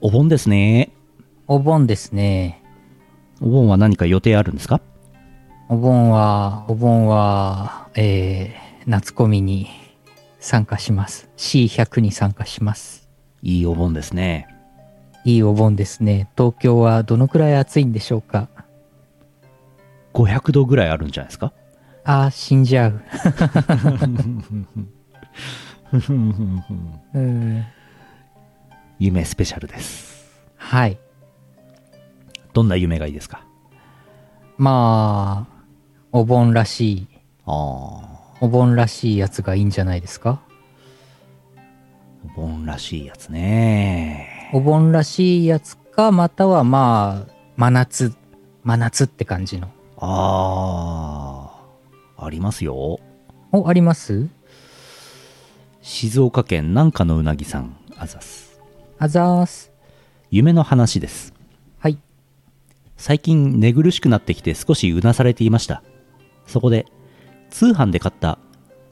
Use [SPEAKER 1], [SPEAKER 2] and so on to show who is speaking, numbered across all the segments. [SPEAKER 1] お盆ですね。
[SPEAKER 2] お盆ですね。
[SPEAKER 1] お盆は何か予定あるんですか
[SPEAKER 2] お盆は、お盆は、えー、夏コミに参加します。C100 に参加します。
[SPEAKER 1] いいお盆ですね。
[SPEAKER 2] いいお盆ですね。東京はどのくらい暑いんでしょうか
[SPEAKER 1] 500度ぐらいあるんじゃないですか
[SPEAKER 2] あー、死んじゃう。うん。
[SPEAKER 1] 夢スペシャルです。
[SPEAKER 2] はい。
[SPEAKER 1] どんな夢がいいですか
[SPEAKER 2] まあ、お盆らしい、
[SPEAKER 1] ああ、お
[SPEAKER 2] お盆らしいやつがいいんじゃないですか
[SPEAKER 1] 盆らしいやつね。
[SPEAKER 2] お盆らしいやつか、またはまあ、真夏、真夏って感じの。
[SPEAKER 1] ああ、ありますよ。
[SPEAKER 2] お、あります
[SPEAKER 1] 静岡県南下のうなぎさん、あざす。
[SPEAKER 2] あざーす。
[SPEAKER 1] 夢の話です。
[SPEAKER 2] はい。
[SPEAKER 1] 最近寝苦しくなってきて少しうなされていましたそこで通販で買った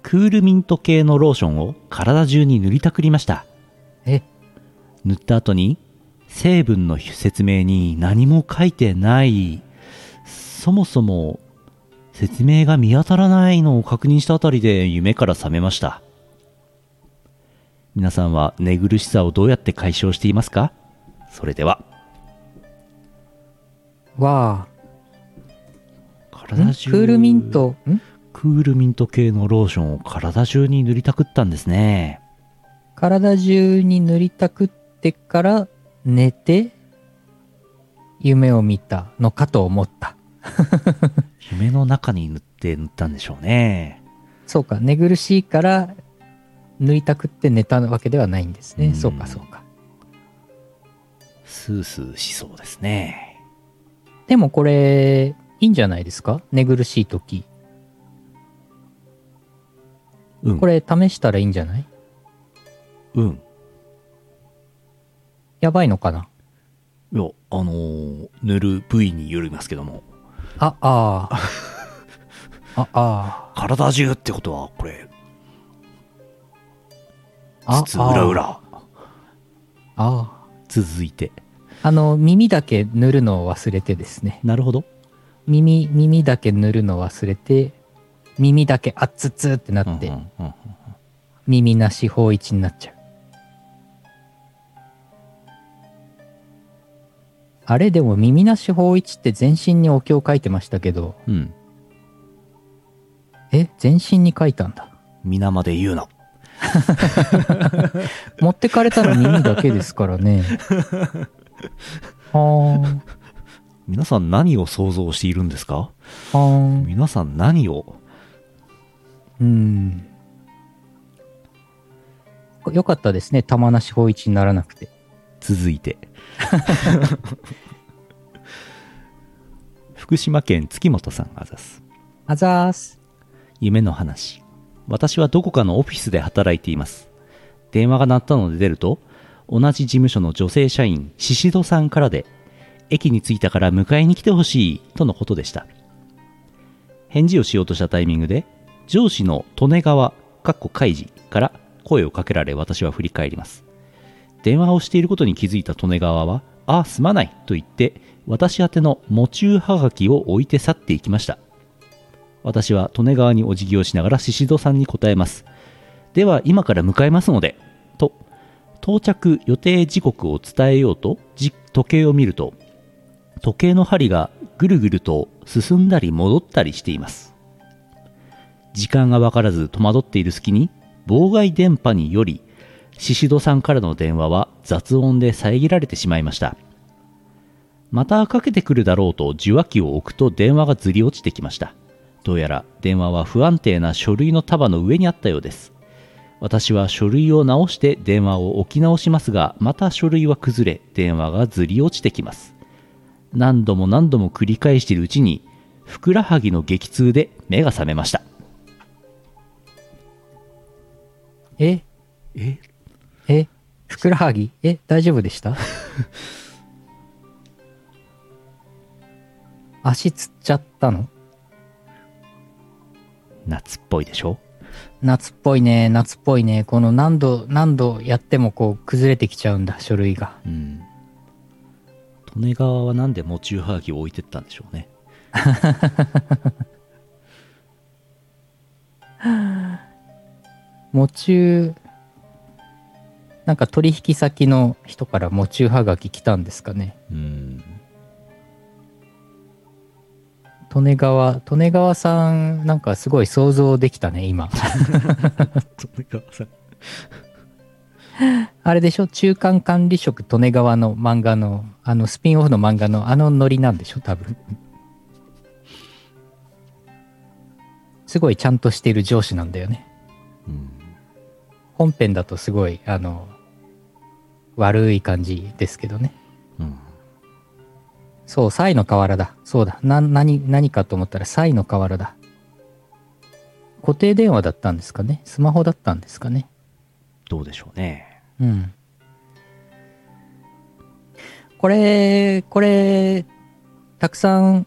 [SPEAKER 1] クールミント系のローションを体中に塗りたくりました
[SPEAKER 2] え、
[SPEAKER 1] 塗った後に成分の説明に何も書いてないそもそも説明が見当たらないのを確認したあたりで夢から覚めました皆さんは寝苦しさをどうやって解消していますかそれでは
[SPEAKER 2] わあ、ん
[SPEAKER 1] 体
[SPEAKER 2] ク
[SPEAKER 1] 中
[SPEAKER 2] ールミント、ん
[SPEAKER 1] クールミント系のローションを体中に塗りたくったんですね。
[SPEAKER 2] 体中に塗りたくってから寝て、夢を見たのかと思った。
[SPEAKER 1] 夢の中に塗って塗ったんでしょうね。
[SPEAKER 2] そうか、寝苦しいから塗りたくって寝たわけではないんです
[SPEAKER 1] うん
[SPEAKER 2] ね。そうか、そうか。
[SPEAKER 1] スースーしそうですね。
[SPEAKER 2] でもこれ、いいんじゃないですか寝苦しい時。
[SPEAKER 1] うん。
[SPEAKER 2] これ試したらいいんじゃない
[SPEAKER 1] うん。
[SPEAKER 2] やばいのかない
[SPEAKER 1] や、あのー塗る部位によりますけども、
[SPEAKER 2] あ、ああ。あ、あ
[SPEAKER 1] 体中ってことは、これ、
[SPEAKER 2] あ。あ、
[SPEAKER 1] つつ裏裏。
[SPEAKER 2] ああ。
[SPEAKER 1] 続いて。
[SPEAKER 2] あの、耳だけ塗るのを忘れてですね。
[SPEAKER 1] なるほど。
[SPEAKER 2] 耳、耳だけ塗るの忘れて、耳だけあっつつってな
[SPEAKER 1] うんうん
[SPEAKER 2] って、
[SPEAKER 1] うんうん
[SPEAKER 2] 耳なし方一になっちゃう。あれでも耳なし方一って全身にお経書いてましたけど、
[SPEAKER 1] うん。
[SPEAKER 2] え全身に書いたんだ。
[SPEAKER 1] 皆まで言うな。
[SPEAKER 2] 持ってかれたら耳だけですからね。は
[SPEAKER 1] 皆さん何を想像しているんですか
[SPEAKER 2] あ、は
[SPEAKER 1] 皆さん何を
[SPEAKER 2] あ、うん。よかったですね。玉なし法一にならなくて。
[SPEAKER 1] 続いて 福島県月本さんあざす
[SPEAKER 2] あざーす。
[SPEAKER 1] 夢の話私はどこかのオフィスで働いています電話が鳴ったので出ると同じ事務所の女性社員宍戸さんからで駅に着いたから迎えに来てほしいとのことでした返事をしようとしたタイミングで上司の利根川かっこ開示から声をかけられ私は振り返ります電話をしていることに気づいた利根川は「ああすまない」と言って私宛ての喪中はがきを置いて去っていきました私は利根川にお辞儀をしながら宍戸さんに答えますでは今から向かいますのでと到着予定時刻を伝えようとじ時計を見ると時計の針がぐるぐると進んだり戻ったりしています時間が分からず戸惑っている隙に妨害電波により宍戸さんからの電話は雑音で遮られてしまいましたまたかけてくるだろうと受話器を置くと電話がずり落ちてきましたどうやら電話は不安定な書類の束の上にあったようです私は書類を直して電話を置き直しますがまた書類は崩れ電話がずり落ちてきます何度も何度も繰り返しているうちにふくらはぎの激痛で目が覚めました
[SPEAKER 2] え
[SPEAKER 1] え
[SPEAKER 2] えふくらはぎえ大丈夫でした 足つっちゃったの
[SPEAKER 1] 夏っぽいでしょ
[SPEAKER 2] 夏っぽいね、夏っぽいね。この何度、何度やってもこう崩れてきちゃうんだ、書類が。
[SPEAKER 1] うん利根川はなんで喪中はがきを置いてったんでしょうね
[SPEAKER 2] 喪中、なんか取引先の人から喪中はがき来たんですかね。
[SPEAKER 1] うん
[SPEAKER 2] 利根川、利根川さん、なんかすごい想像できたね、今。
[SPEAKER 1] 利根川さん
[SPEAKER 2] あれでしょ中間管理職利根川の漫画の、あのスピンオフの漫画のあのノリなんでしょ多分。すごいちゃんとしている上司なんだよね。
[SPEAKER 1] うん
[SPEAKER 2] 本編だとすごいあの悪い感じですけどね
[SPEAKER 1] うん
[SPEAKER 2] そうサイの河原だそうだな何何かと思ったらサイの河原だ固定電話だったんですかねスマホだったんですかね
[SPEAKER 1] どうでしょうね
[SPEAKER 2] うんこれこれたくさん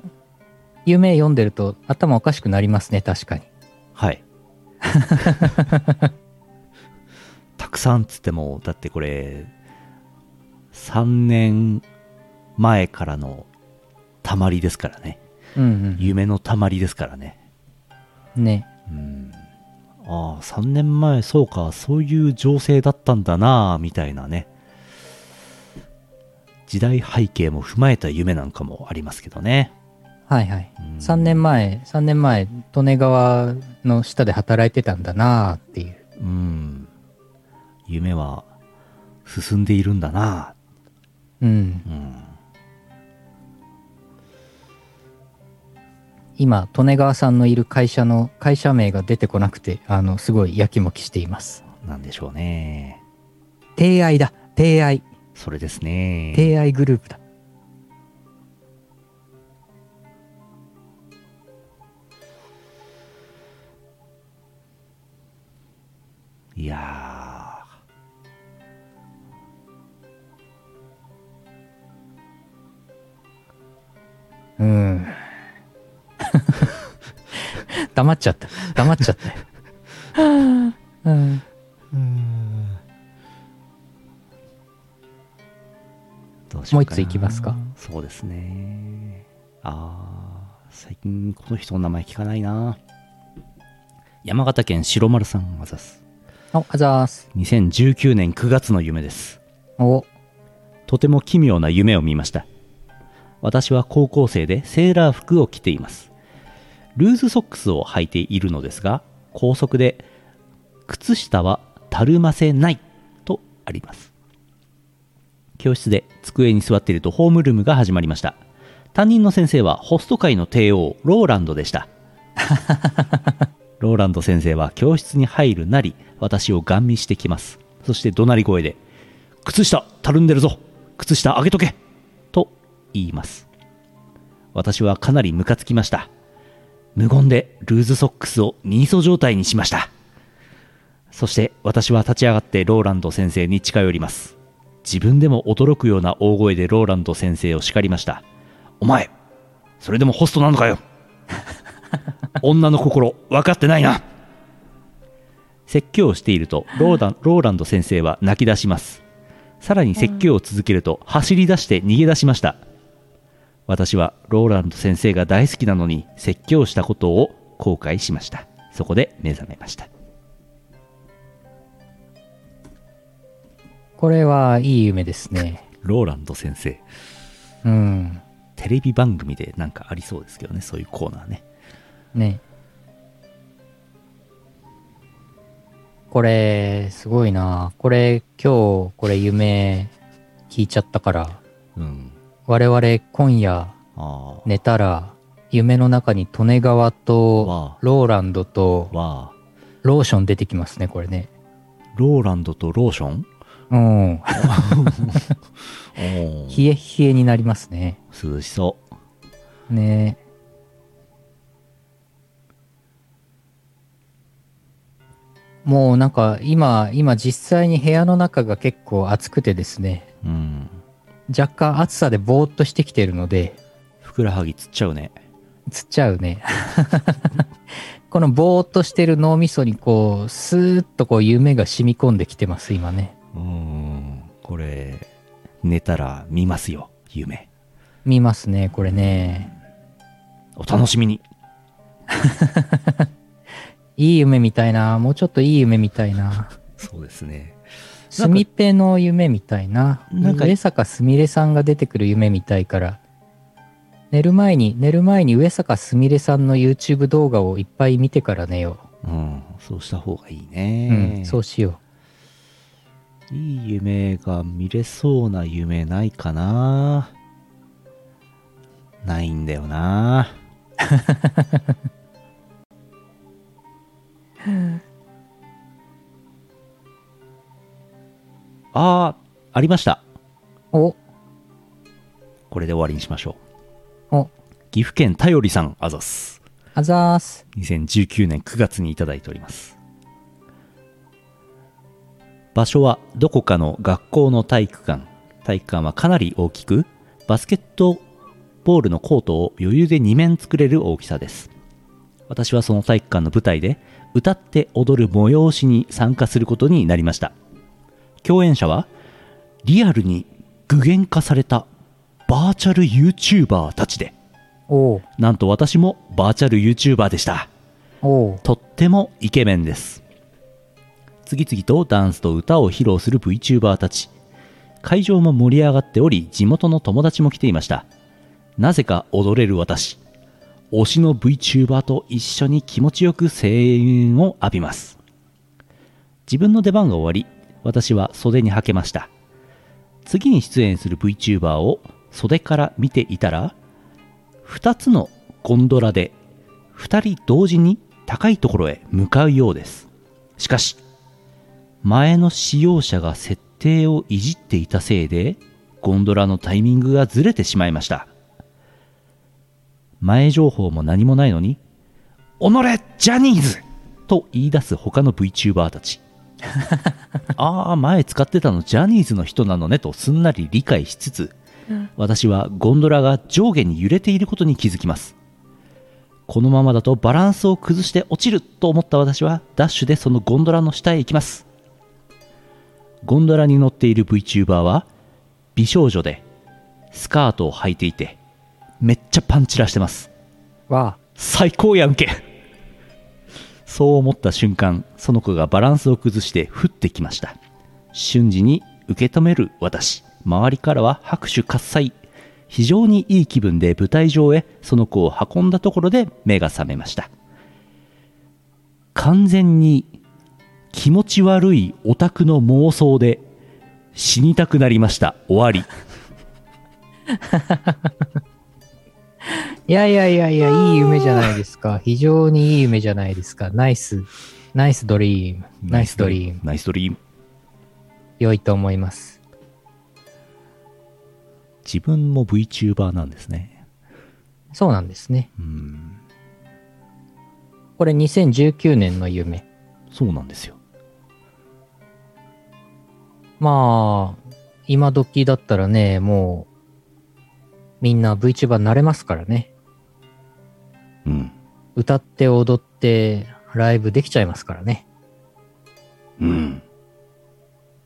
[SPEAKER 2] 夢読んでると頭おかしくなりますね確かに
[SPEAKER 1] はい たくさんっつってもだってこれ3年前からのたまりですからね
[SPEAKER 2] うん
[SPEAKER 1] 夢のたまりですからね
[SPEAKER 2] うんね
[SPEAKER 1] うんああ3年前そうかそういう情勢だったんだなあみたいなね時代背景も踏まえた夢なんかもありますけどね
[SPEAKER 2] はいはい
[SPEAKER 1] うん
[SPEAKER 2] 3年前3年前利根川の下で働いてたんだなあっていう
[SPEAKER 1] うん夢は進んでいるんだな
[SPEAKER 2] うん
[SPEAKER 1] あうん
[SPEAKER 2] 今利根川さんのいる会社の会社名が出てこなくてあのすごいやきもきしています
[SPEAKER 1] なんでしょうね
[SPEAKER 2] 提愛だ提愛
[SPEAKER 1] それですね
[SPEAKER 2] 提愛グループだ
[SPEAKER 1] いや
[SPEAKER 2] うん黙っちゃった黙っちゃったようん
[SPEAKER 1] どうしようかな
[SPEAKER 2] もう一ついきますか
[SPEAKER 1] そうですねあー最近この人の名前聞かないな山形県白丸さんあざす
[SPEAKER 2] おあざーす
[SPEAKER 1] 2019年9月の夢です
[SPEAKER 2] お
[SPEAKER 1] とても奇妙な夢を見ました私は高校生でセーラー服を着ていますルーズソックスを履いているのですが高速で靴下はたるませないとあります教室で机に座っているとホームルームが始まりました担任の先生はホスト界の帝王ローランドでしたローランド先生は教室に入るなり私をガン見してきますそして怒鳴り声で「靴下たるんでるぞ靴下上げとけ!」と言います私はかなりムカつきました無言でルーズソックスをニーソ状態にしましたそして私は立ち上がってローランド先生に近寄ります自分でも驚くような大声でローランド先生を叱りましたお前それでもホストなのかよ女の心分かってないな説教をしているとローダンローランド先生は泣き出しますさらに説教を続けると走り出して逃げ出しました私はローランド先生が大好きなのに説教したことを後悔しましたそこで目覚めました
[SPEAKER 2] これはいい夢ですね
[SPEAKER 1] ローランド先生
[SPEAKER 2] うん
[SPEAKER 1] テレビ番組でなんかありそうですけどねそういうコーナーね
[SPEAKER 2] ねこれすごいなこれ今日これ夢聞いちゃったから
[SPEAKER 1] うん
[SPEAKER 2] 我々今夜
[SPEAKER 1] ああ、
[SPEAKER 2] 寝たら夢の中に利根川と
[SPEAKER 1] わ
[SPEAKER 2] ローランドと
[SPEAKER 1] わあ
[SPEAKER 2] ローション出てきますねこれね
[SPEAKER 1] ローランドとローション
[SPEAKER 2] うん
[SPEAKER 1] おー
[SPEAKER 2] 冷え冷えになりますね
[SPEAKER 1] 涼しそう
[SPEAKER 2] ねもうなんか今今実際に部屋の中が結構暑くてですね
[SPEAKER 1] うん
[SPEAKER 2] 若干暑さでぼーっとしてきてるので、
[SPEAKER 1] ふくらはぎつっちゃうね
[SPEAKER 2] つっちゃうね。 このぼーっとしてる脳みそにこう、スーッとこう夢が染み込んできてます、今ね。
[SPEAKER 1] うーんこれ寝たら見ますよ夢
[SPEAKER 2] 見ますね、これね。
[SPEAKER 1] お楽しみに。
[SPEAKER 2] いい夢みたいな。もうちょっといい夢みたいな。
[SPEAKER 1] そうですね。
[SPEAKER 2] すみっぺの夢みたいな。
[SPEAKER 1] なんか
[SPEAKER 2] 上坂すみれさんが出てくる夢みたいから。寝る前に、寝る前に上坂すみれさんの YouTube 動画をいっぱい見てから寝よ。
[SPEAKER 1] うん、そうした方がいいうね。
[SPEAKER 2] うん、そうしよ
[SPEAKER 1] いい夢が見れそうな夢ないかなないんだよ なあーありました
[SPEAKER 2] う。お、
[SPEAKER 1] これで終わりにしましょう
[SPEAKER 2] お
[SPEAKER 1] 岐阜県たよりさんあざっす
[SPEAKER 2] あざーす。
[SPEAKER 1] 2019年9月にいただいております場所はどこかの学校の体育館体育館はかなり大きくバスケットボールのコートを余裕で2面作れる大きさです私はその体育館の舞台で歌って踊る催しに参加することになりました共演者はリアルに具現化されたバーチャル YouTuber たちで
[SPEAKER 2] おう、
[SPEAKER 1] なんと私もバーチャル YouTuber でした
[SPEAKER 2] おう、
[SPEAKER 1] とってもイケメンです次々とダンスと歌を披露する VTuber たち会場も盛り上がっており地元の友達も来ていましたなぜか踊れる私推しの VTuber と一緒に気持ちよく声援を浴びます自分の出番が終わり私は袖にはけました次に出演する VTuber を袖から見ていたら2つのゴンドラで2人同時に高いところへ向かうようですしかし前の使用者が設定をいじっていたせいでゴンドラのタイミングがずれてしまいました前情報も何もないのに「おのれジャニーズ!」と言い出す他の VTuber たちああ前使ってたのジャニーズの人なのねとすんなり理解しつつ私はゴンドラが上下に揺れていることに気づきますこのままだとバランスを崩して落ちると思った私はダッシュでそのゴンドラの下へ行きますゴンドラに乗っている VTuber は美少女でスカートを履いていてめっちゃパンチラしてます
[SPEAKER 2] わ
[SPEAKER 1] 最高やんけそう思った瞬間その子がバランスを崩して降ってきました瞬時に受け止める私周りからは拍手喝采非常にいい気分で舞台上へその子を運んだところで目が覚めました完全に気持ち悪いオタクの妄想で死にたくなりました終わり
[SPEAKER 2] あ。いやいやいやいや、いい夢じゃないですか。非常にいい夢じゃないですか。ナイス、ナイスドリーム。ナイスドリーム。
[SPEAKER 1] ナイスドリーム
[SPEAKER 2] 良いと思います。
[SPEAKER 1] 自分も VTuber なんですね
[SPEAKER 2] そうなんですね。
[SPEAKER 1] うん
[SPEAKER 2] これ2019年の夢。
[SPEAKER 1] そうなんですよ
[SPEAKER 2] まあ、今時だったらね、もう、みんな VTuber になれますからね。
[SPEAKER 1] うん。
[SPEAKER 2] 歌って踊ってライブできちゃいますからね。
[SPEAKER 1] うん。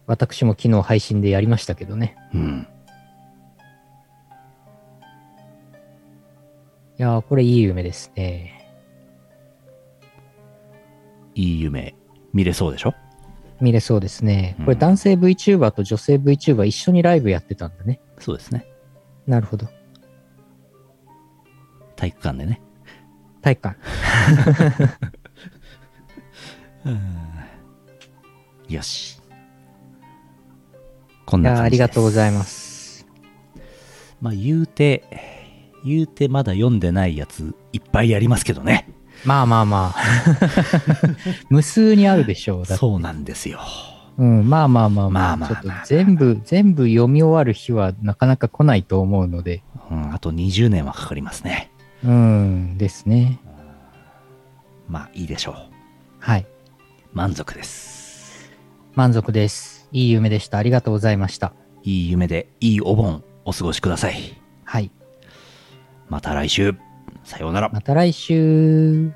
[SPEAKER 2] 私も昨日配信でやりましたけどね。
[SPEAKER 1] うん。
[SPEAKER 2] いやー、これいい夢ですね。
[SPEAKER 1] いい夢、見れそうでしょ
[SPEAKER 2] 見れそうですね。こ
[SPEAKER 1] う
[SPEAKER 2] れ
[SPEAKER 1] ん
[SPEAKER 2] 男性 VTuber と女性 VTuber 一緒にライブやってたんだね。
[SPEAKER 1] そうですね。
[SPEAKER 2] なるほど。
[SPEAKER 1] 体育館でね。
[SPEAKER 2] 体感。
[SPEAKER 1] よし。こん
[SPEAKER 2] い
[SPEAKER 1] な
[SPEAKER 2] やー
[SPEAKER 1] 感
[SPEAKER 2] あ
[SPEAKER 1] じ
[SPEAKER 2] り
[SPEAKER 1] です。
[SPEAKER 2] がとうございま。す。
[SPEAKER 1] まあ言うて、言うてまだ読んでないやついっぱいありますけどね。
[SPEAKER 2] まあまあ まあ。無数にあるでしょう。だって
[SPEAKER 1] そうなんですよ。
[SPEAKER 2] うん、まあまあまあまあ、
[SPEAKER 1] まあまあ
[SPEAKER 2] ちょっと
[SPEAKER 1] まあまあ
[SPEAKER 2] 全部、全部読み終わる日はなかなか来ないと思うので、
[SPEAKER 1] うん、あと20年はかかりますね。
[SPEAKER 2] うんですね。
[SPEAKER 1] まあいいでしょう。
[SPEAKER 2] はい。
[SPEAKER 1] 満足です。
[SPEAKER 2] 満足です。いい夢でした。ありがとうございました。
[SPEAKER 1] いい夢で、いいお盆、お過ごしください。
[SPEAKER 2] はい。
[SPEAKER 1] また来週。さようなら。
[SPEAKER 2] また来週。